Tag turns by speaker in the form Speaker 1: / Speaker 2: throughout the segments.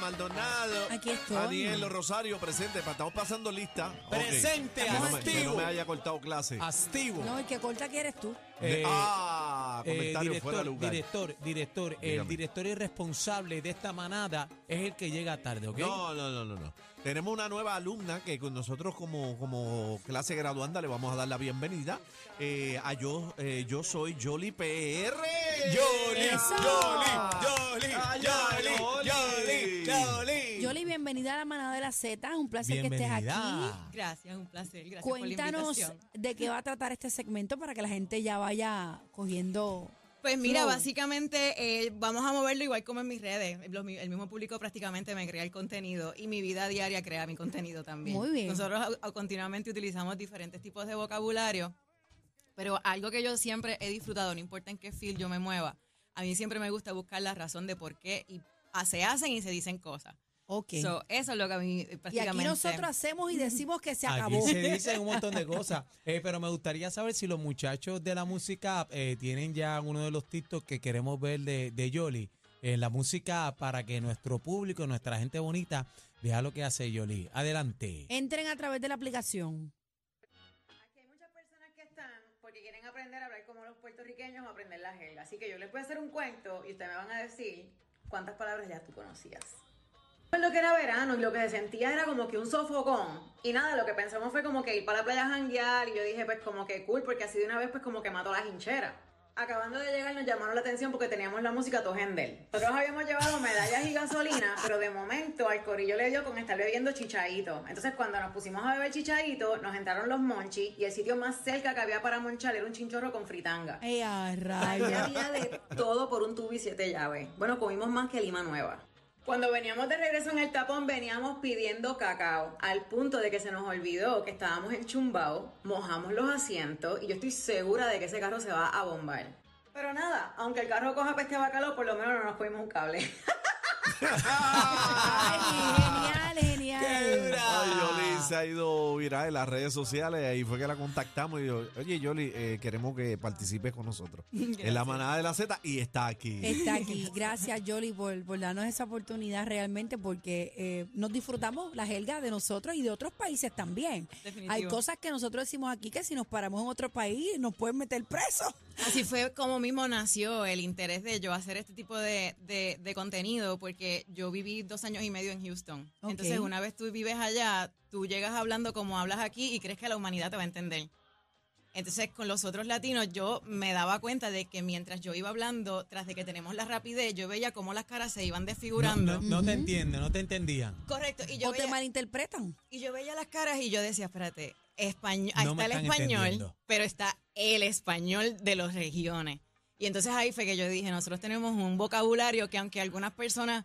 Speaker 1: Maldonado.
Speaker 2: Aquí estoy.
Speaker 1: Aniel Rosario, presente. pa- Estamos pasando lista. Ok.
Speaker 3: Presente,
Speaker 1: Que no me- Que no
Speaker 3: activo.
Speaker 1: me haya cortado clase.
Speaker 3: Activo.
Speaker 2: No, el que corta que eres tú.
Speaker 3: Eh,
Speaker 1: De- ah,
Speaker 3: eh,
Speaker 1: comentario
Speaker 3: director,
Speaker 1: fuera de lugar.
Speaker 3: director, director,
Speaker 1: Dígame.
Speaker 3: el director irresponsable de esta manada es el que llega tarde, ¿ok?
Speaker 1: No, no, no, no, no. Tenemos una nueva alumna que con nosotros como, como clase graduanda le vamos a dar la bienvenida eh, a yo, eh, yo soy Jolly PR.
Speaker 2: Eso.
Speaker 3: Yoli,
Speaker 1: Ay, Yoli.
Speaker 3: Yoli.
Speaker 2: Yoli, bienvenida a la manada de la Z. Es un placer que estés aquí.
Speaker 4: Gracias, un placer. Gracias por la
Speaker 2: Cuéntanos
Speaker 4: invitación.
Speaker 2: de qué va a tratar este segmento para que la gente ya vaya cogiendo.
Speaker 4: Pues mira,
Speaker 2: Flow.
Speaker 4: básicamente eh, vamos a moverlo igual como en mis redes. Los mi- el mismo público prácticamente me crea el contenido y mi vida diaria crea mi contenido también.
Speaker 2: Muy bien.
Speaker 4: Nosotros a- a- continuamente utilizamos diferentes tipos de vocabulario, pero algo que yo siempre he disfrutado, no importa en qué field yo me mueva, a mí siempre me gusta buscar la razón de por qué y ah, se hacen y se dicen cosas.
Speaker 2: Ok.
Speaker 4: So, eso es lo que a mí eh,
Speaker 2: y
Speaker 4: prácticamente...
Speaker 2: aquí nosotros hacemos y decimos que se acabó.
Speaker 3: Aquí se dicen un montón de cosas, Eh, pero me gustaría saber si los muchachos de la música app, eh, tienen ya uno de los TikToks que queremos ver de, de Yoli en la música app para que nuestro público, nuestra gente bonita, vea lo que hace Yoli. Adelante.
Speaker 2: Entren a través de la aplicación.
Speaker 5: Aquí hay muchas personas que están porque quieren aprender a hablar como los puertorriqueños o aprender la jerga. Así que yo les voy a hacer un cuento y ustedes me van a decir cuántas palabras ya tú conocías. Lo que era verano y lo que se sentía era como que un sofocón. Y nada, lo que pensamos fue como que ir para la playa a janguear. Y yo dije, pues como que cool, porque así de una vez, pues como que mató a la hinchera. Acabando de llegar, nos llamaron la atención porque teníamos la música todo Hendel. Nosotros habíamos llevado medallas y gasolina, pero de momento al corillo le dio con estar bebiendo chichaito. Entonces, cuando nos pusimos a beber chichaito, nos entraron los monchis y el sitio más cerca que había para monchar era un chinchorro con fritanga.
Speaker 2: ¡Ey, a
Speaker 5: Allí
Speaker 2: rayos!
Speaker 5: había de todo por un tubo y siete llaves. Bueno, comimos más que Lima Nueva. Cuando veníamos de regreso en el tapón, veníamos pidiendo cacao, al punto de que se nos olvidó que estábamos en Chumbao, mojamos los asientos y yo estoy segura de que ese carro se va a bombar. Pero nada, aunque el carro coja peste a bacalao, por lo menos no nos comimos un cable.
Speaker 2: Ay, genial,
Speaker 3: Qué
Speaker 2: genial.
Speaker 3: dura.
Speaker 1: Ay, Yoli se ha ido viral en las redes sociales. Ahí fue que la contactamos y yo, oye, Yoli, eh, queremos que participes con nosotros en la manada de la Z y está aquí.
Speaker 2: Está aquí. Gracias, Yoli, por, por darnos esa oportunidad realmente, porque eh, nos disfrutamos la jerga de nosotros y de otros países también.
Speaker 4: Definitivo.
Speaker 2: Hay cosas que nosotros decimos aquí que si nos paramos en otro país nos pueden meter presos.
Speaker 4: Así fue como mismo nació el interés de yo hacer este tipo de, de- de contenido, porque yo viví dos años y medio en Houston.
Speaker 2: Ok.
Speaker 4: Entonces, una vez tú vives allá, tú llegas hablando como hablas aquí y crees que la humanidad te va a entender. Entonces, con los otros latinos, yo me daba cuenta de que mientras yo iba hablando, tras de que tenemos la rapidez, yo veía cómo las caras se iban
Speaker 3: No, no-
Speaker 4: desfigurando.
Speaker 3: no te entiendo, no te entendían.
Speaker 4: Correcto. Y yo,
Speaker 2: o te
Speaker 4: veía,
Speaker 2: malinterpretan.
Speaker 4: y yo veía las caras y yo decía, espérate, español,
Speaker 3: No me
Speaker 4: está
Speaker 3: están
Speaker 4: el español,
Speaker 3: entendiendo.
Speaker 4: pero está el español de los regiones. Y entonces ahí fue que yo dije, nosotros tenemos un vocabulario que aunque algunas personas,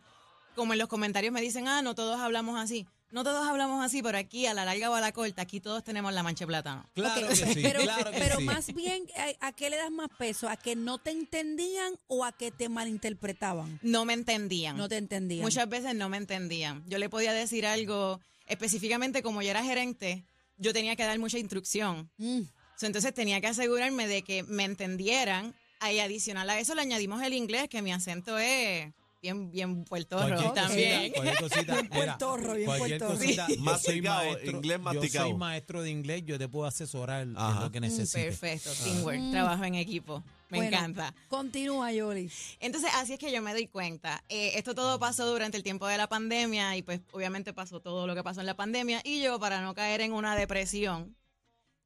Speaker 4: como en los comentarios me dicen, ah, no todos hablamos así, no todos hablamos así, pero aquí a la larga o a la corta, aquí todos tenemos la mancha de plátano.
Speaker 3: Claro
Speaker 2: Ok,
Speaker 3: que sí,
Speaker 2: pero
Speaker 3: claro que
Speaker 2: pero
Speaker 3: sí.
Speaker 2: más bien, ¿a, a qué le das más peso? ¿A que no te entendían o a que te malinterpretaban?
Speaker 4: No me entendían.
Speaker 2: No te entendían.
Speaker 4: Muchas veces no me entendían. Yo le podía decir algo, específicamente como yo era gerente, yo tenía que dar mucha instrucción.
Speaker 2: Mm,
Speaker 4: So, entonces tenía que asegurarme de que me entendieran. Ahí adicional a eso le añadimos el inglés, que mi acento es bien, bien puertorro
Speaker 3: Cualquier
Speaker 4: también.
Speaker 3: cosita, cualquier cosita, mira,
Speaker 2: puertorro, bien
Speaker 3: cualquier
Speaker 2: puertorro.
Speaker 3: cosita, yo soy
Speaker 1: Masticado,
Speaker 3: maestro-
Speaker 1: inglés masticado.
Speaker 3: Yo soy maestro de inglés, yo te puedo asesorar en
Speaker 1: Ajá.
Speaker 3: lo que Ah.
Speaker 4: Mm,
Speaker 3: necesites.
Speaker 4: Perfecto, teamwork, trabajo en equipo. Me
Speaker 2: bueno,
Speaker 4: encanta.
Speaker 2: Continúa, Yoli.
Speaker 4: Entonces, así es que yo me doy cuenta. Eh, esto todo pasó durante el tiempo de la pandemia y pues obviamente pasó todo lo que pasó en la pandemia y yo para no caer en una depresión,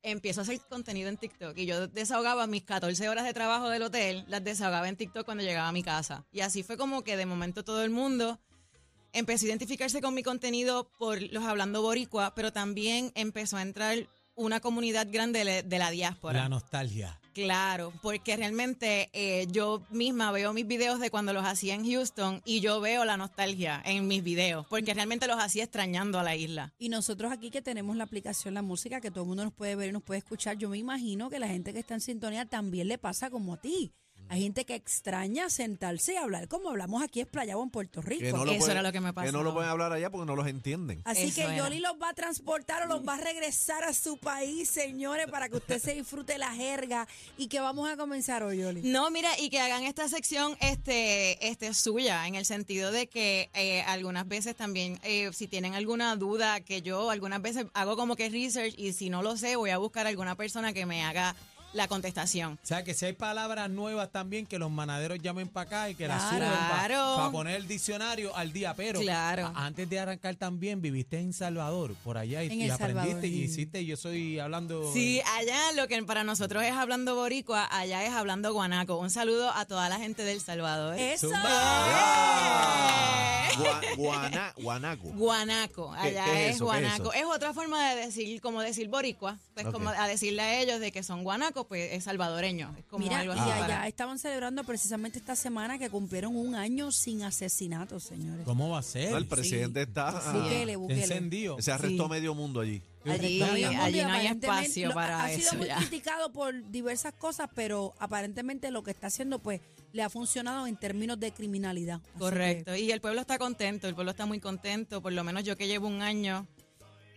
Speaker 4: empiezo a hacer contenido en TikTok y yo desahogaba mis 14 horas de trabajo del hotel, las desahogaba en TikTok cuando llegaba a mi casa. Y así fue como que de momento todo el mundo empezó a identificarse con mi contenido por los hablando boricua, pero también empezó a entrar una comunidad grande de la- de la diáspora.
Speaker 3: La nostalgia.
Speaker 4: Claro, porque realmente eh, yo misma veo mis videos de cuando los hacía en Houston y yo veo la nostalgia en mis videos, porque realmente los hacía extrañando a la isla.
Speaker 2: Y nosotros aquí que tenemos la aplicación La Música, que todo el mundo nos puede ver y nos puede escuchar, yo me imagino que la gente que está en sintonía también le pasa como a ti. Hay gente que extraña sentarse y hablar como hablamos aquí explayado en Puerto Rico.
Speaker 1: Que no lo
Speaker 4: Eso
Speaker 1: pueden-
Speaker 4: era lo que me
Speaker 1: Que no lo
Speaker 4: pasó.
Speaker 1: pueden hablar allá porque no los entienden.
Speaker 2: Así
Speaker 4: Eso
Speaker 2: que
Speaker 4: era.
Speaker 2: Yoli los va a transportar o los va a regresar a su país, señores, para que usted se disfrute la jerga. ¿Y que vamos a comenzar hoy, Yoli?
Speaker 4: No, mira, y que hagan esta sección este, este suya, en el sentido de que eh, algunas veces también, eh, si tienen alguna duda, que yo algunas veces hago como que research y si no lo sé, voy a buscar alguna persona que me haga la contestación.
Speaker 3: O sea, que si hay palabras nuevas también, que los manaderos llamen para acá y que las
Speaker 2: Claro.
Speaker 3: suben para
Speaker 4: Claro.
Speaker 3: poner el diccionario al día. Pero
Speaker 4: Claro.
Speaker 3: a- antes de arrancar también, viviste en Salvador, por allá, y,
Speaker 2: En
Speaker 3: y
Speaker 2: El
Speaker 3: aprendiste
Speaker 2: Salvador,
Speaker 3: y
Speaker 2: y-
Speaker 3: hiciste, yo soy hablando...
Speaker 4: Sí, allá lo que para nosotros es hablando boricua, allá es hablando guanaco. Un saludo a toda la gente del Salvador.
Speaker 2: ¡Eso!
Speaker 1: Ah,
Speaker 2: ¡Eh!
Speaker 1: gua- guana- guanaco.
Speaker 4: Guanaco,
Speaker 1: ¿Qué-
Speaker 4: allá
Speaker 1: qué es
Speaker 4: es,
Speaker 1: eso? ¿Qué es eso?
Speaker 4: guanaco. es, otra forma de decir, como decir boricua, pues
Speaker 1: Ok.
Speaker 4: como a decirle a ellos de que son guanaco, pues es salvadoreño. Es como
Speaker 2: Mira,
Speaker 4: algo
Speaker 2: y
Speaker 4: así para-
Speaker 2: allá estaban celebrando precisamente esta semana que cumplieron un año sin asesinatos, señores.
Speaker 3: ¿Cómo va a ser?
Speaker 1: No, el presidente está. ah,
Speaker 2: Bukele, Bukele.
Speaker 3: encendido.
Speaker 1: Se arrestó
Speaker 4: Sí.
Speaker 1: medio mundo allí.
Speaker 4: Allí,
Speaker 2: Todo el mundo,
Speaker 4: allí
Speaker 2: y
Speaker 4: no hay
Speaker 2: aparentemente
Speaker 4: espacio
Speaker 2: lo-
Speaker 4: para
Speaker 2: ha sido
Speaker 4: eso
Speaker 2: muy
Speaker 4: ya.
Speaker 2: criticado por diversas cosas, pero aparentemente lo que está haciendo, pues, le ha funcionado en términos de criminalidad. Así que-
Speaker 4: Correcto. Y el pueblo está contento, el pueblo está muy contento, por lo menos yo que llevo un año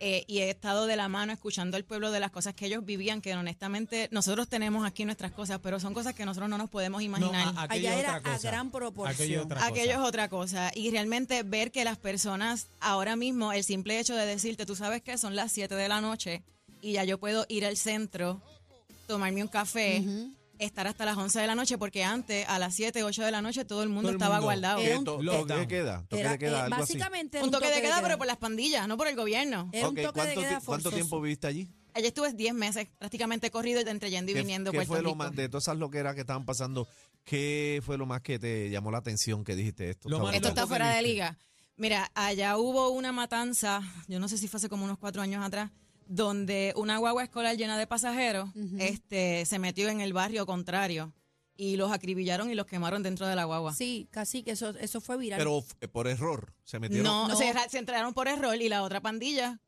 Speaker 4: eh, y he estado de la mano escuchando al pueblo de las cosas que ellos vivían, que honestamente nosotros tenemos aquí nuestras cosas, pero son cosas que nosotros no nos podemos imaginar.
Speaker 3: a- aquello
Speaker 2: Allá
Speaker 3: es
Speaker 2: era
Speaker 3: otra
Speaker 2: a
Speaker 3: cosa.
Speaker 2: gran
Speaker 3: Aquello es
Speaker 2: proporción.
Speaker 3: otra cosa.
Speaker 4: Aquello es otra cosa. Y realmente ver que las personas ahora mismo, el simple hecho de decirte, tú sabes que son las 7 de la noche y ya yo puedo ir al centro, tomarme un café, estar hasta las 11 de la noche, porque antes a las 7, 8 de la noche todo el mundo
Speaker 3: Todo el
Speaker 4: estaba
Speaker 3: mundo.
Speaker 4: guardado.
Speaker 2: Era un
Speaker 1: To-
Speaker 3: lockdown.
Speaker 1: toque de queda. Toque
Speaker 2: Era,
Speaker 1: de queda,
Speaker 2: eh,
Speaker 1: algo así.
Speaker 2: básicamente era
Speaker 4: Un toque de queda, pero por las pandillas, no por el gobierno.
Speaker 2: Era un
Speaker 1: Ok,
Speaker 2: toque de
Speaker 1: ¿cuánto,
Speaker 2: queda
Speaker 1: ti- cuánto
Speaker 2: forzoso.
Speaker 1: tiempo viviste allí?
Speaker 4: Ayer estuve 10 meses prácticamente corrido entre yendo y
Speaker 1: ¿Qué-
Speaker 4: viniendo
Speaker 1: ¿Qué,
Speaker 4: a Puerto
Speaker 1: fue lo
Speaker 4: Rico.
Speaker 1: más de todas esas loqueras que estaban pasando? ¿Qué fue lo más que te llamó la atención que dijiste esto?
Speaker 3: Lo más
Speaker 1: brutal?
Speaker 4: Esto está
Speaker 3: loco que
Speaker 4: fuera de
Speaker 3: viste.
Speaker 4: liga. Mira, allá hubo una matanza, yo no sé si fue hace como unos cuatro años atrás, donde una guagua escolar llena de pasajeros este, se metió en el barrio contrario y los acribillaron y los quemaron dentro de la guagua.
Speaker 2: Sí, casi que eso, eso fue viral.
Speaker 1: Pero f- eh, por error se metieron.
Speaker 4: no,
Speaker 2: No.
Speaker 4: Se, ra- se entraron por error y la otra pandilla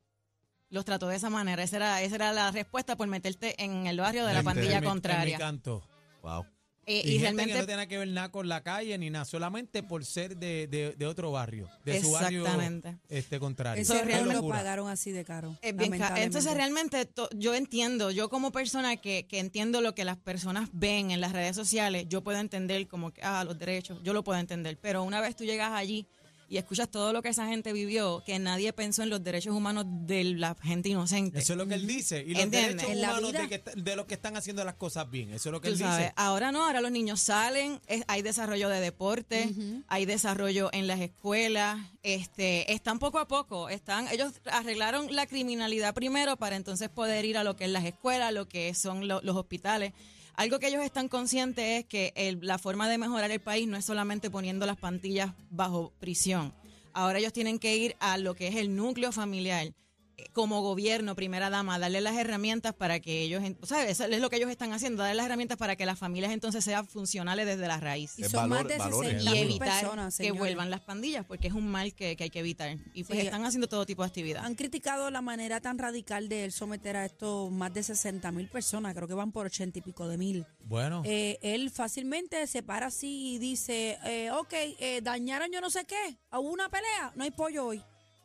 Speaker 4: los trató de esa manera. Esa era, esa era la respuesta por meterte en el barrio de la
Speaker 1: En-
Speaker 4: pandilla
Speaker 3: En mi- En mi
Speaker 4: contraria.
Speaker 3: canto.
Speaker 1: Wow.
Speaker 4: Eh,
Speaker 3: Y,
Speaker 4: y
Speaker 3: gente que no
Speaker 4: realmente
Speaker 3: tiene que ver nada con la calle ni nada, solamente por ser de, de- de otro barrio, de su barrio
Speaker 4: Exactamente.
Speaker 3: este contrario.
Speaker 2: ese
Speaker 3: Qué
Speaker 2: error lo
Speaker 3: locura.
Speaker 2: pagaron así de caro.
Speaker 4: Es bien ca-
Speaker 2: lamentablemente.
Speaker 4: Entonces realmente to- yo entiendo, yo como persona que, que entiendo lo que las personas ven en las redes sociales, yo puedo entender como que, ah, los derechos, yo lo puedo entender, pero una vez tú llegas allí y escuchas todo lo que esa gente vivió, que nadie pensó en los derechos humanos de la gente inocente.
Speaker 3: Eso es lo que él dice. Y los
Speaker 4: Eh, ¿Entiendes?
Speaker 3: derechos
Speaker 2: En la
Speaker 3: humanos de,
Speaker 2: vida-
Speaker 3: que est- de los que están haciendo las cosas bien. Eso es lo que
Speaker 4: Tú
Speaker 3: él
Speaker 4: sabes,
Speaker 3: dice.
Speaker 4: ahora no, ahora los niños salen, es- hay desarrollo de deporte, hay desarrollo en las escuelas, este, están poco a poco, están, ellos arreglaron la criminalidad primero para entonces poder ir a lo que es las escuelas, lo que son lo- los hospitales. Algo que ellos están conscientes es que el- la forma de mejorar el país no es solamente poniendo las pantillas bajo prisión. Ahora ellos tienen que ir a lo que es el núcleo familiar eh, como gobierno, primera dama, darle las herramientas para que ellos, en- o sea, eso es lo que ellos están haciendo, darle las herramientas para que las familias entonces sean funcionales desde la raíz
Speaker 2: y
Speaker 1: es
Speaker 2: son más
Speaker 1: valor-
Speaker 2: de
Speaker 1: valores,
Speaker 2: 60
Speaker 4: y
Speaker 1: Seguro.
Speaker 2: mil
Speaker 4: evitar
Speaker 2: personas,
Speaker 4: que
Speaker 2: señores.
Speaker 4: vuelvan las pandillas, porque es un mal que, que hay que evitar. Y pues
Speaker 2: Sí.
Speaker 4: están haciendo todo tipo de actividad.
Speaker 2: Han criticado la manera tan radical de él someter a estos más de 60 mil personas, creo que van por 80 y pico de mil.
Speaker 1: Oh.
Speaker 3: Bueno,
Speaker 2: Eh, él fácilmente se para así y dice, eh, ok, eh, dañaron yo no sé qué, hubo una pelea, no hay pollo hoy.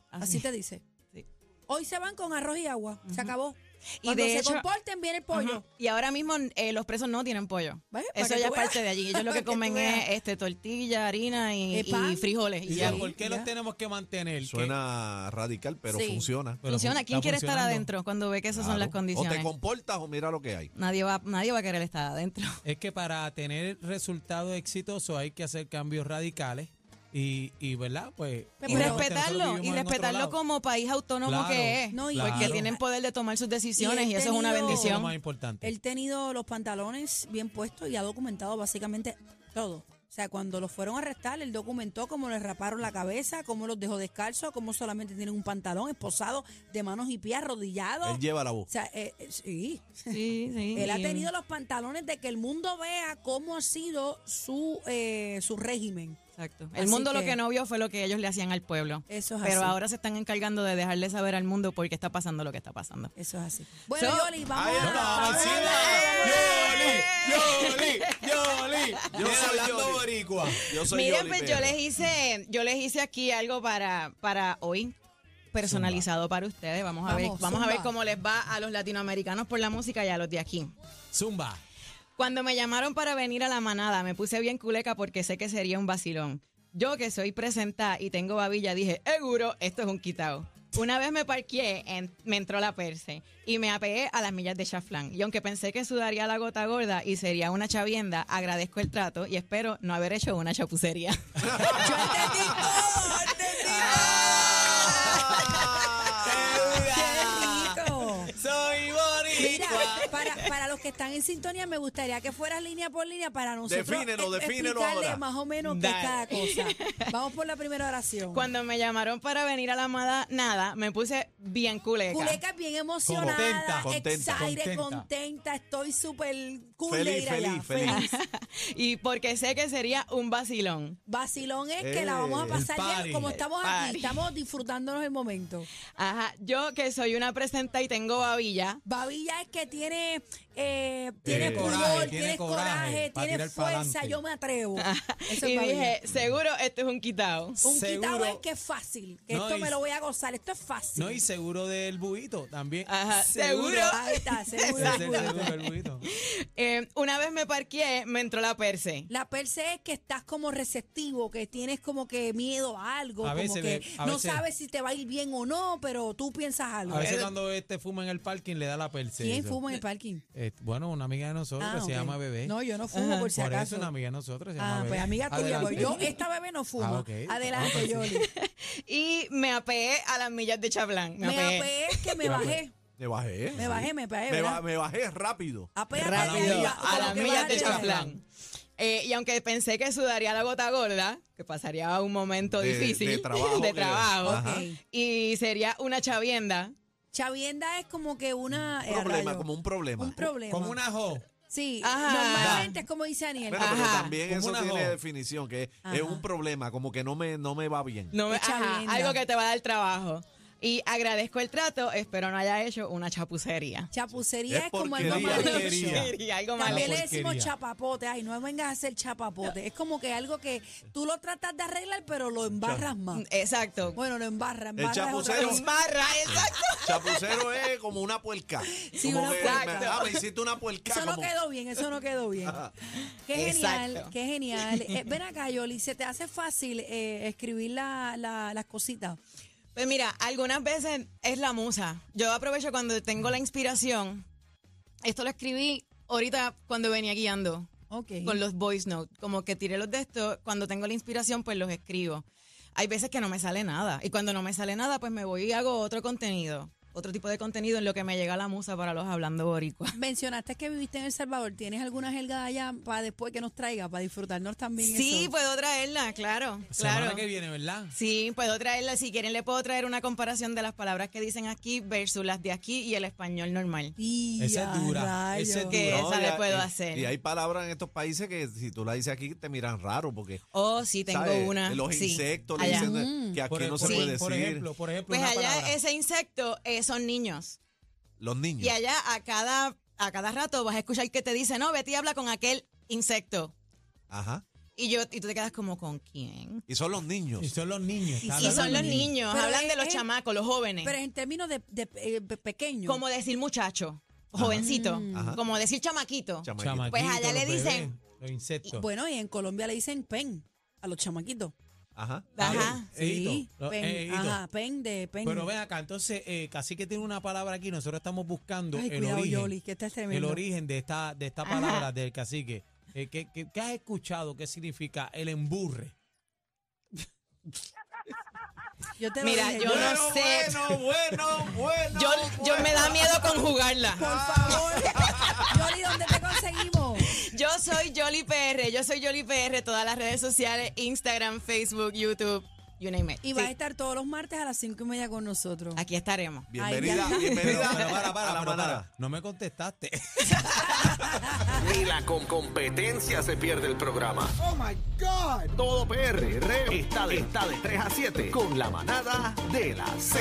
Speaker 2: Así, te dice.
Speaker 4: Sí.
Speaker 2: Hoy se van con arroz y agua, se acabó.
Speaker 4: Y
Speaker 2: Cuando
Speaker 4: de
Speaker 2: se
Speaker 4: hecho-
Speaker 2: comporten viene el pollo.
Speaker 4: Ajá. Y ahora mismo eh, los presos no tienen pollo.
Speaker 2: ¿Ves? Para
Speaker 4: Eso
Speaker 2: que
Speaker 4: ya es
Speaker 2: tú veas.
Speaker 4: parte de allí. Ellos lo
Speaker 2: Para
Speaker 4: que
Speaker 2: que tú
Speaker 4: comen
Speaker 2: veas.
Speaker 4: es este, tortilla, harina y,
Speaker 2: Eh,
Speaker 4: y
Speaker 2: pan.
Speaker 4: frijoles. Y
Speaker 3: ¿y
Speaker 4: ya.
Speaker 2: ya.
Speaker 3: por qué
Speaker 2: ya.
Speaker 3: los tenemos que mantener?
Speaker 1: Suena radical, pero
Speaker 2: Sí.
Speaker 1: funciona.
Speaker 3: Que- pero
Speaker 4: funciona.
Speaker 3: fun-
Speaker 4: ¿Quién
Speaker 3: está
Speaker 4: quiere estar
Speaker 3: funcionando.
Speaker 4: adentro cuando ve que esas son las
Speaker 1: Claro. O te
Speaker 4: condiciones?
Speaker 1: comportas o mira lo que hay.
Speaker 4: Nadie va, nadie va a querer estar adentro.
Speaker 3: Es que para tener resultados exitosos hay que hacer cambios radicales y, y ¿verdad? Pues,
Speaker 2: Pero-
Speaker 4: Y
Speaker 3: obviamente nosotros
Speaker 4: respetarlo,
Speaker 3: vivimos
Speaker 4: y
Speaker 3: en otro
Speaker 4: respetarlo
Speaker 3: lado.
Speaker 4: como país autónomo
Speaker 3: Claro,
Speaker 4: que es.
Speaker 2: No, y-
Speaker 4: porque
Speaker 2: claro.
Speaker 4: tienen poder de tomar sus decisiones y,
Speaker 2: Y he
Speaker 4: eso es una
Speaker 3: Eso es lo
Speaker 2: tenido-
Speaker 4: bendición.
Speaker 3: más importante.
Speaker 2: Él tenido los pantalones bien puestos y ha documentado básicamente todo. O sea, cuando los fueron a arrestar, él documentó cómo les raparon la cabeza, cómo los dejó descalzos, cómo solamente tienen un pantalón esposado de manos y pies arrodillado.
Speaker 1: Él lleva la
Speaker 2: O
Speaker 1: voz.
Speaker 2: sea, eh, eh, sí.
Speaker 4: Sí, sí.
Speaker 2: Él ha
Speaker 4: Y-
Speaker 2: tenido los pantalones de que el mundo vea cómo ha sido su, eh, su régimen.
Speaker 4: Exacto. El
Speaker 2: Así
Speaker 4: mundo lo
Speaker 2: que-
Speaker 4: que no vio fue lo que ellos le hacían al pueblo.
Speaker 2: Eso es
Speaker 4: Pero
Speaker 2: así.
Speaker 4: ahora se están encargando de dejarle saber al mundo por qué está pasando lo que está pasando.
Speaker 2: Eso es así. Bueno,
Speaker 4: So-
Speaker 2: Yoli, vamos
Speaker 1: Ahí
Speaker 2: a
Speaker 1: está,
Speaker 2: pasar
Speaker 1: ahí
Speaker 2: a la- ¡Eh!
Speaker 1: está. Yoli, Yoli, Yoli. Yo
Speaker 3: Mira,
Speaker 1: soy
Speaker 3: hablando
Speaker 1: Yoli.
Speaker 3: boricua.
Speaker 1: Yo soy
Speaker 4: Miren,
Speaker 1: Yoli
Speaker 4: pues
Speaker 1: Pérez.
Speaker 4: yo les hice, yo les hice aquí algo para, para hoy personalizado para ustedes. Vamos a ver,
Speaker 2: Vamos,
Speaker 4: vamos a ver
Speaker 2: zumba.
Speaker 4: cómo les va a los latinoamericanos por la música y a los de aquí.
Speaker 3: Zumba.
Speaker 4: Cuando me llamaron para venir a la manada, me puse bien culeca porque sé que sería un vacilón. Yo que soy presentada y tengo babilla, dije, seguro, esto es un quitao. Una vez me parqué, en- me entró la perse y me apeé a las millas de Chaflán. Y aunque pensé que sudaría la gota gorda y sería una chavienda, agradezco el trato y espero no haber hecho una chapucería.
Speaker 2: Yo entendí todo, entendí
Speaker 1: Ah.
Speaker 2: todo. Qué rico.
Speaker 3: Soy
Speaker 2: Mira,
Speaker 3: boricua.
Speaker 2: para, para los que están en sintonía, me gustaría que fueras línea por línea para nosotros
Speaker 1: Defínelo,
Speaker 2: e-
Speaker 1: defínelo
Speaker 2: explicarle
Speaker 1: ahora.
Speaker 2: más o menos qué es
Speaker 3: Dale.
Speaker 2: cada cosa. Vamos por la primera oración.
Speaker 4: Cuando me llamaron para venir a la manada, nada, me puse bien culeca.
Speaker 2: Culeca es bien emocionada,
Speaker 3: Contenta,
Speaker 1: contenta,
Speaker 2: excited,
Speaker 3: contenta.
Speaker 2: contenta, estoy súper cool de
Speaker 1: Feliz,
Speaker 2: ir allá,
Speaker 1: feliz, feliz.
Speaker 4: Y porque sé que sería un vacilón.
Speaker 2: Vacilón es
Speaker 1: Eh,
Speaker 2: que la vamos a
Speaker 1: el
Speaker 2: pasar
Speaker 3: party,
Speaker 2: bien como estamos
Speaker 4: el
Speaker 2: aquí,
Speaker 4: party.
Speaker 2: estamos disfrutándonos el momento.
Speaker 4: Ajá, yo que soy una presenta y tengo babilla,
Speaker 2: Babilla es que tiene, eh, tiene
Speaker 1: Eh,
Speaker 2: pudor,
Speaker 3: coraje, tiene
Speaker 2: tiene
Speaker 3: coraje
Speaker 2: coraje,
Speaker 3: para
Speaker 2: tiene
Speaker 3: tirar
Speaker 2: fuerza,
Speaker 3: pa'lante.
Speaker 2: yo me atrevo. Eso es
Speaker 4: y
Speaker 2: babilla.
Speaker 4: dije, seguro esto es un quitao.
Speaker 2: un quitado
Speaker 3: seguro-
Speaker 2: es que es fácil, que
Speaker 3: No,
Speaker 2: esto
Speaker 3: y-
Speaker 2: me lo voy a gozar, esto es fácil.
Speaker 3: No, y seguro del buito también.
Speaker 4: Ajá, seguro.
Speaker 2: Ahí está, seguro.
Speaker 3: Seguro,
Speaker 2: seguro.
Speaker 3: seguro del buito.
Speaker 4: Eh, una vez me parqué, me entró la perse.
Speaker 2: La perse es que estás como receptivo, que tienes como que miedo a algo,
Speaker 3: A
Speaker 2: como
Speaker 3: veces,
Speaker 2: que
Speaker 3: bebé, a
Speaker 2: no
Speaker 3: veces.
Speaker 2: sabes si te va a ir bien o no, pero tú piensas algo.
Speaker 3: A veces
Speaker 4: Eso-
Speaker 3: cuando este fuma en el parking le da la perse.
Speaker 2: ¿Quién
Speaker 3: eso.
Speaker 2: fuma en el parking?
Speaker 3: Eh, bueno, una amiga de nosotros
Speaker 2: Ah,
Speaker 3: que se
Speaker 2: ok.
Speaker 3: llama Bebé.
Speaker 2: No, yo no fumo por si
Speaker 3: Por
Speaker 2: acaso.
Speaker 3: eso una amiga de nosotros se llama
Speaker 2: Ah,
Speaker 3: Bebé.
Speaker 2: pues amiga tuya,
Speaker 3: Adelante.
Speaker 2: pues yo, esta bebé no fuma.
Speaker 3: Ah, ok. Ah,
Speaker 2: Adelante,
Speaker 3: pues sí.
Speaker 2: Yoli.
Speaker 4: Y me apeé a las millas de Chablán. Me,
Speaker 2: Me
Speaker 4: apeé.
Speaker 2: apeé es que me
Speaker 3: Me apeé.
Speaker 2: bajé.
Speaker 1: Me bajé.
Speaker 2: Me bajé, me bajé,
Speaker 1: Me,
Speaker 2: ¿verdad? Ah,
Speaker 1: ba- me bajé rápido.
Speaker 2: Apéate
Speaker 4: Rápido,
Speaker 2: ahí,
Speaker 4: a
Speaker 2: como
Speaker 4: las
Speaker 2: que
Speaker 4: millas
Speaker 2: bájate
Speaker 4: de
Speaker 2: la-
Speaker 4: Chablán. Eh, y aunque pensé que sudaría la gota gorda, que pasaría un momento
Speaker 1: De-
Speaker 4: difícil
Speaker 1: de trabajo
Speaker 4: de
Speaker 1: que-
Speaker 4: trabajo,
Speaker 1: Ajá.
Speaker 2: Ok.
Speaker 4: y sería una chavienda,
Speaker 2: Chavienda es como que una... eh,
Speaker 1: Problema,
Speaker 2: rayo.
Speaker 1: como un problema.
Speaker 2: Un problema.
Speaker 3: Como una jo.
Speaker 2: Sí,
Speaker 4: Ajá.
Speaker 2: normalmente es como dice Aniel.
Speaker 1: Bueno, pero
Speaker 4: Ajá.
Speaker 1: también
Speaker 3: Como
Speaker 1: eso
Speaker 3: una
Speaker 1: tiene
Speaker 3: jo.
Speaker 1: definición, que es, es
Speaker 2: Ajá.
Speaker 1: un problema, como que no me, no me va bien.
Speaker 4: no me-
Speaker 2: Qué
Speaker 4: ajá,
Speaker 2: chavienda.
Speaker 4: algo que te va a dar trabajo. Y agradezco el trato, espero no haya hecho una chapucería.
Speaker 2: Chapucería
Speaker 1: Es
Speaker 2: es, como algo
Speaker 1: porquería.
Speaker 2: mal
Speaker 3: Porquería.
Speaker 2: hecho.
Speaker 4: Chapucería, algo malo.
Speaker 2: También le
Speaker 3: Una
Speaker 2: decimos
Speaker 3: porquería.
Speaker 2: chapapote. Ay, no vengas a hacer chapapote. Es como que algo que tú lo tratas de arreglar, pero lo embarras más.
Speaker 4: Exacto.
Speaker 2: Bueno, lo embarras,
Speaker 1: El
Speaker 2: embarras es otra
Speaker 1: chapucero.
Speaker 2: cosa.
Speaker 4: Barra, exacto.
Speaker 1: Chapucero es como una puerca.
Speaker 2: Sí,
Speaker 1: como
Speaker 2: una
Speaker 1: que,
Speaker 4: puerca.
Speaker 1: me- ah, me hiciste una puerca.
Speaker 2: Eso no
Speaker 1: como-
Speaker 2: quedó bien, eso no quedó bien. Qué genial,
Speaker 4: Exacto.
Speaker 2: qué genial. Eh, ven acá, Yoli, ¿se te hace fácil eh, escribir la- la- las cositas?
Speaker 4: Pues mira, algunas veces es la musa. Yo aprovecho cuando tengo la inspiración. Esto lo escribí ahorita cuando venía guiando
Speaker 2: Ok.
Speaker 4: con los voice notes. Como que tiré los de estos, cuando tengo la inspiración, pues los escribo. Hay veces que no me sale nada. Y cuando no me sale nada, pues me voy y hago otro contenido. Otro tipo de contenido en lo que me llega la musa para los hablando boricua.
Speaker 2: Mencionaste que viviste en El Salvador. ¿Tienes alguna jerga de allá para después que nos traiga, para disfrutarnos también?
Speaker 4: Sí,
Speaker 2: eso?
Speaker 4: puedo traerla, claro.
Speaker 3: Semana
Speaker 4: claro.
Speaker 3: que viene, ¿verdad?
Speaker 4: Sí, puedo traerla. Si quieren, le puedo traer una comparación de las palabras que dicen aquí versus las de aquí y el español normal.
Speaker 2: Y
Speaker 3: Esa es
Speaker 2: a
Speaker 3: dura, esa es
Speaker 2: rayos.
Speaker 4: Que
Speaker 1: No,
Speaker 4: esa
Speaker 1: y
Speaker 4: le
Speaker 1: hay-
Speaker 4: puedo
Speaker 1: y-
Speaker 4: hacer.
Speaker 1: Y hay palabras en estos países que si tú la dices aquí te miran raro porque
Speaker 4: Oh, sí, tengo
Speaker 1: ¿sabes? Eh,
Speaker 4: una.
Speaker 1: los
Speaker 4: sí,
Speaker 1: insectos le
Speaker 4: allá. Mm.
Speaker 1: dicen que aquí
Speaker 3: Por,
Speaker 1: no se
Speaker 3: por-
Speaker 1: puede
Speaker 3: por
Speaker 1: decir.
Speaker 3: ejemplo, por ejemplo,
Speaker 4: Pues
Speaker 3: una
Speaker 4: allá
Speaker 3: palabra.
Speaker 4: ese insecto eh, son niños.
Speaker 1: los niños.
Speaker 4: Y allá a cada, a cada rato vas a escuchar que te dice, no, Betty habla con aquel insecto.
Speaker 1: Ajá.
Speaker 4: Y, yo, y tú te quedas como, ¿con quién?
Speaker 1: Y son los niños.
Speaker 3: Y son los niños.
Speaker 2: Y
Speaker 4: Y
Speaker 2: Hablan
Speaker 4: son
Speaker 2: de
Speaker 4: los
Speaker 2: niños.
Speaker 4: niños,
Speaker 2: Pero
Speaker 4: hablan
Speaker 2: es-
Speaker 4: de los
Speaker 2: es-
Speaker 4: chamacos, los jóvenes.
Speaker 2: Pero en términos de, de, eh, pe- pequeño.
Speaker 4: Como decir muchacho, jovencito,
Speaker 2: Mm.
Speaker 1: Ajá.
Speaker 4: como decir chamaquito.
Speaker 1: Chamaquito.
Speaker 3: Chamaquitos,
Speaker 4: Pues allá le
Speaker 3: los
Speaker 4: dicen-
Speaker 3: bebés, Los insectos.
Speaker 2: Bueno, y en Colombia le dicen pen a los chamaquitos.
Speaker 1: Ajá.
Speaker 4: Ajá.
Speaker 2: Sí,
Speaker 3: Eito, los-
Speaker 2: pen,
Speaker 3: eh, Eito.
Speaker 2: ajá, pen de pen.
Speaker 3: Pero ven acá, entonces, eh, casi que tiene una palabra aquí. Nosotros estamos buscando
Speaker 2: Ay,
Speaker 3: el
Speaker 2: cuidado,
Speaker 3: origen.
Speaker 2: Yoli, que este es tremendo.
Speaker 3: el origen de esta, de esta palabra del cacique. Eh, ¿qué, qué, qué has escuchado? ¿Qué significa el emburre?
Speaker 2: Yo te lo
Speaker 4: Mira,
Speaker 2: dije,
Speaker 4: yo
Speaker 2: Yoli.
Speaker 4: no
Speaker 1: bueno,
Speaker 4: sé.
Speaker 1: bueno, bueno, bueno.
Speaker 4: Yo, yo me da miedo conjugarla.
Speaker 2: Por favor. Yoli, ¿dónde te conseguimos?
Speaker 4: Yo soy Jolly PR, yo soy Jolly PR, todas las redes sociales, Instagram, Facebook, YouTube, you name it.
Speaker 2: Y vas a
Speaker 4: Sí,
Speaker 2: estar todos los martes a las cinco y media con nosotros.
Speaker 4: aquí estaremos.
Speaker 1: Bienvenida,
Speaker 2: Ay, ya.
Speaker 3: Pero,
Speaker 1: bienvenida
Speaker 3: Ah, pero para, para,
Speaker 1: a la
Speaker 3: pero para.
Speaker 1: manada.
Speaker 3: No me contestaste.
Speaker 6: Ni la con competencia se pierde el programa. Oh my God. Todo PR está de, está de 3 a 7 con la manada de la Z.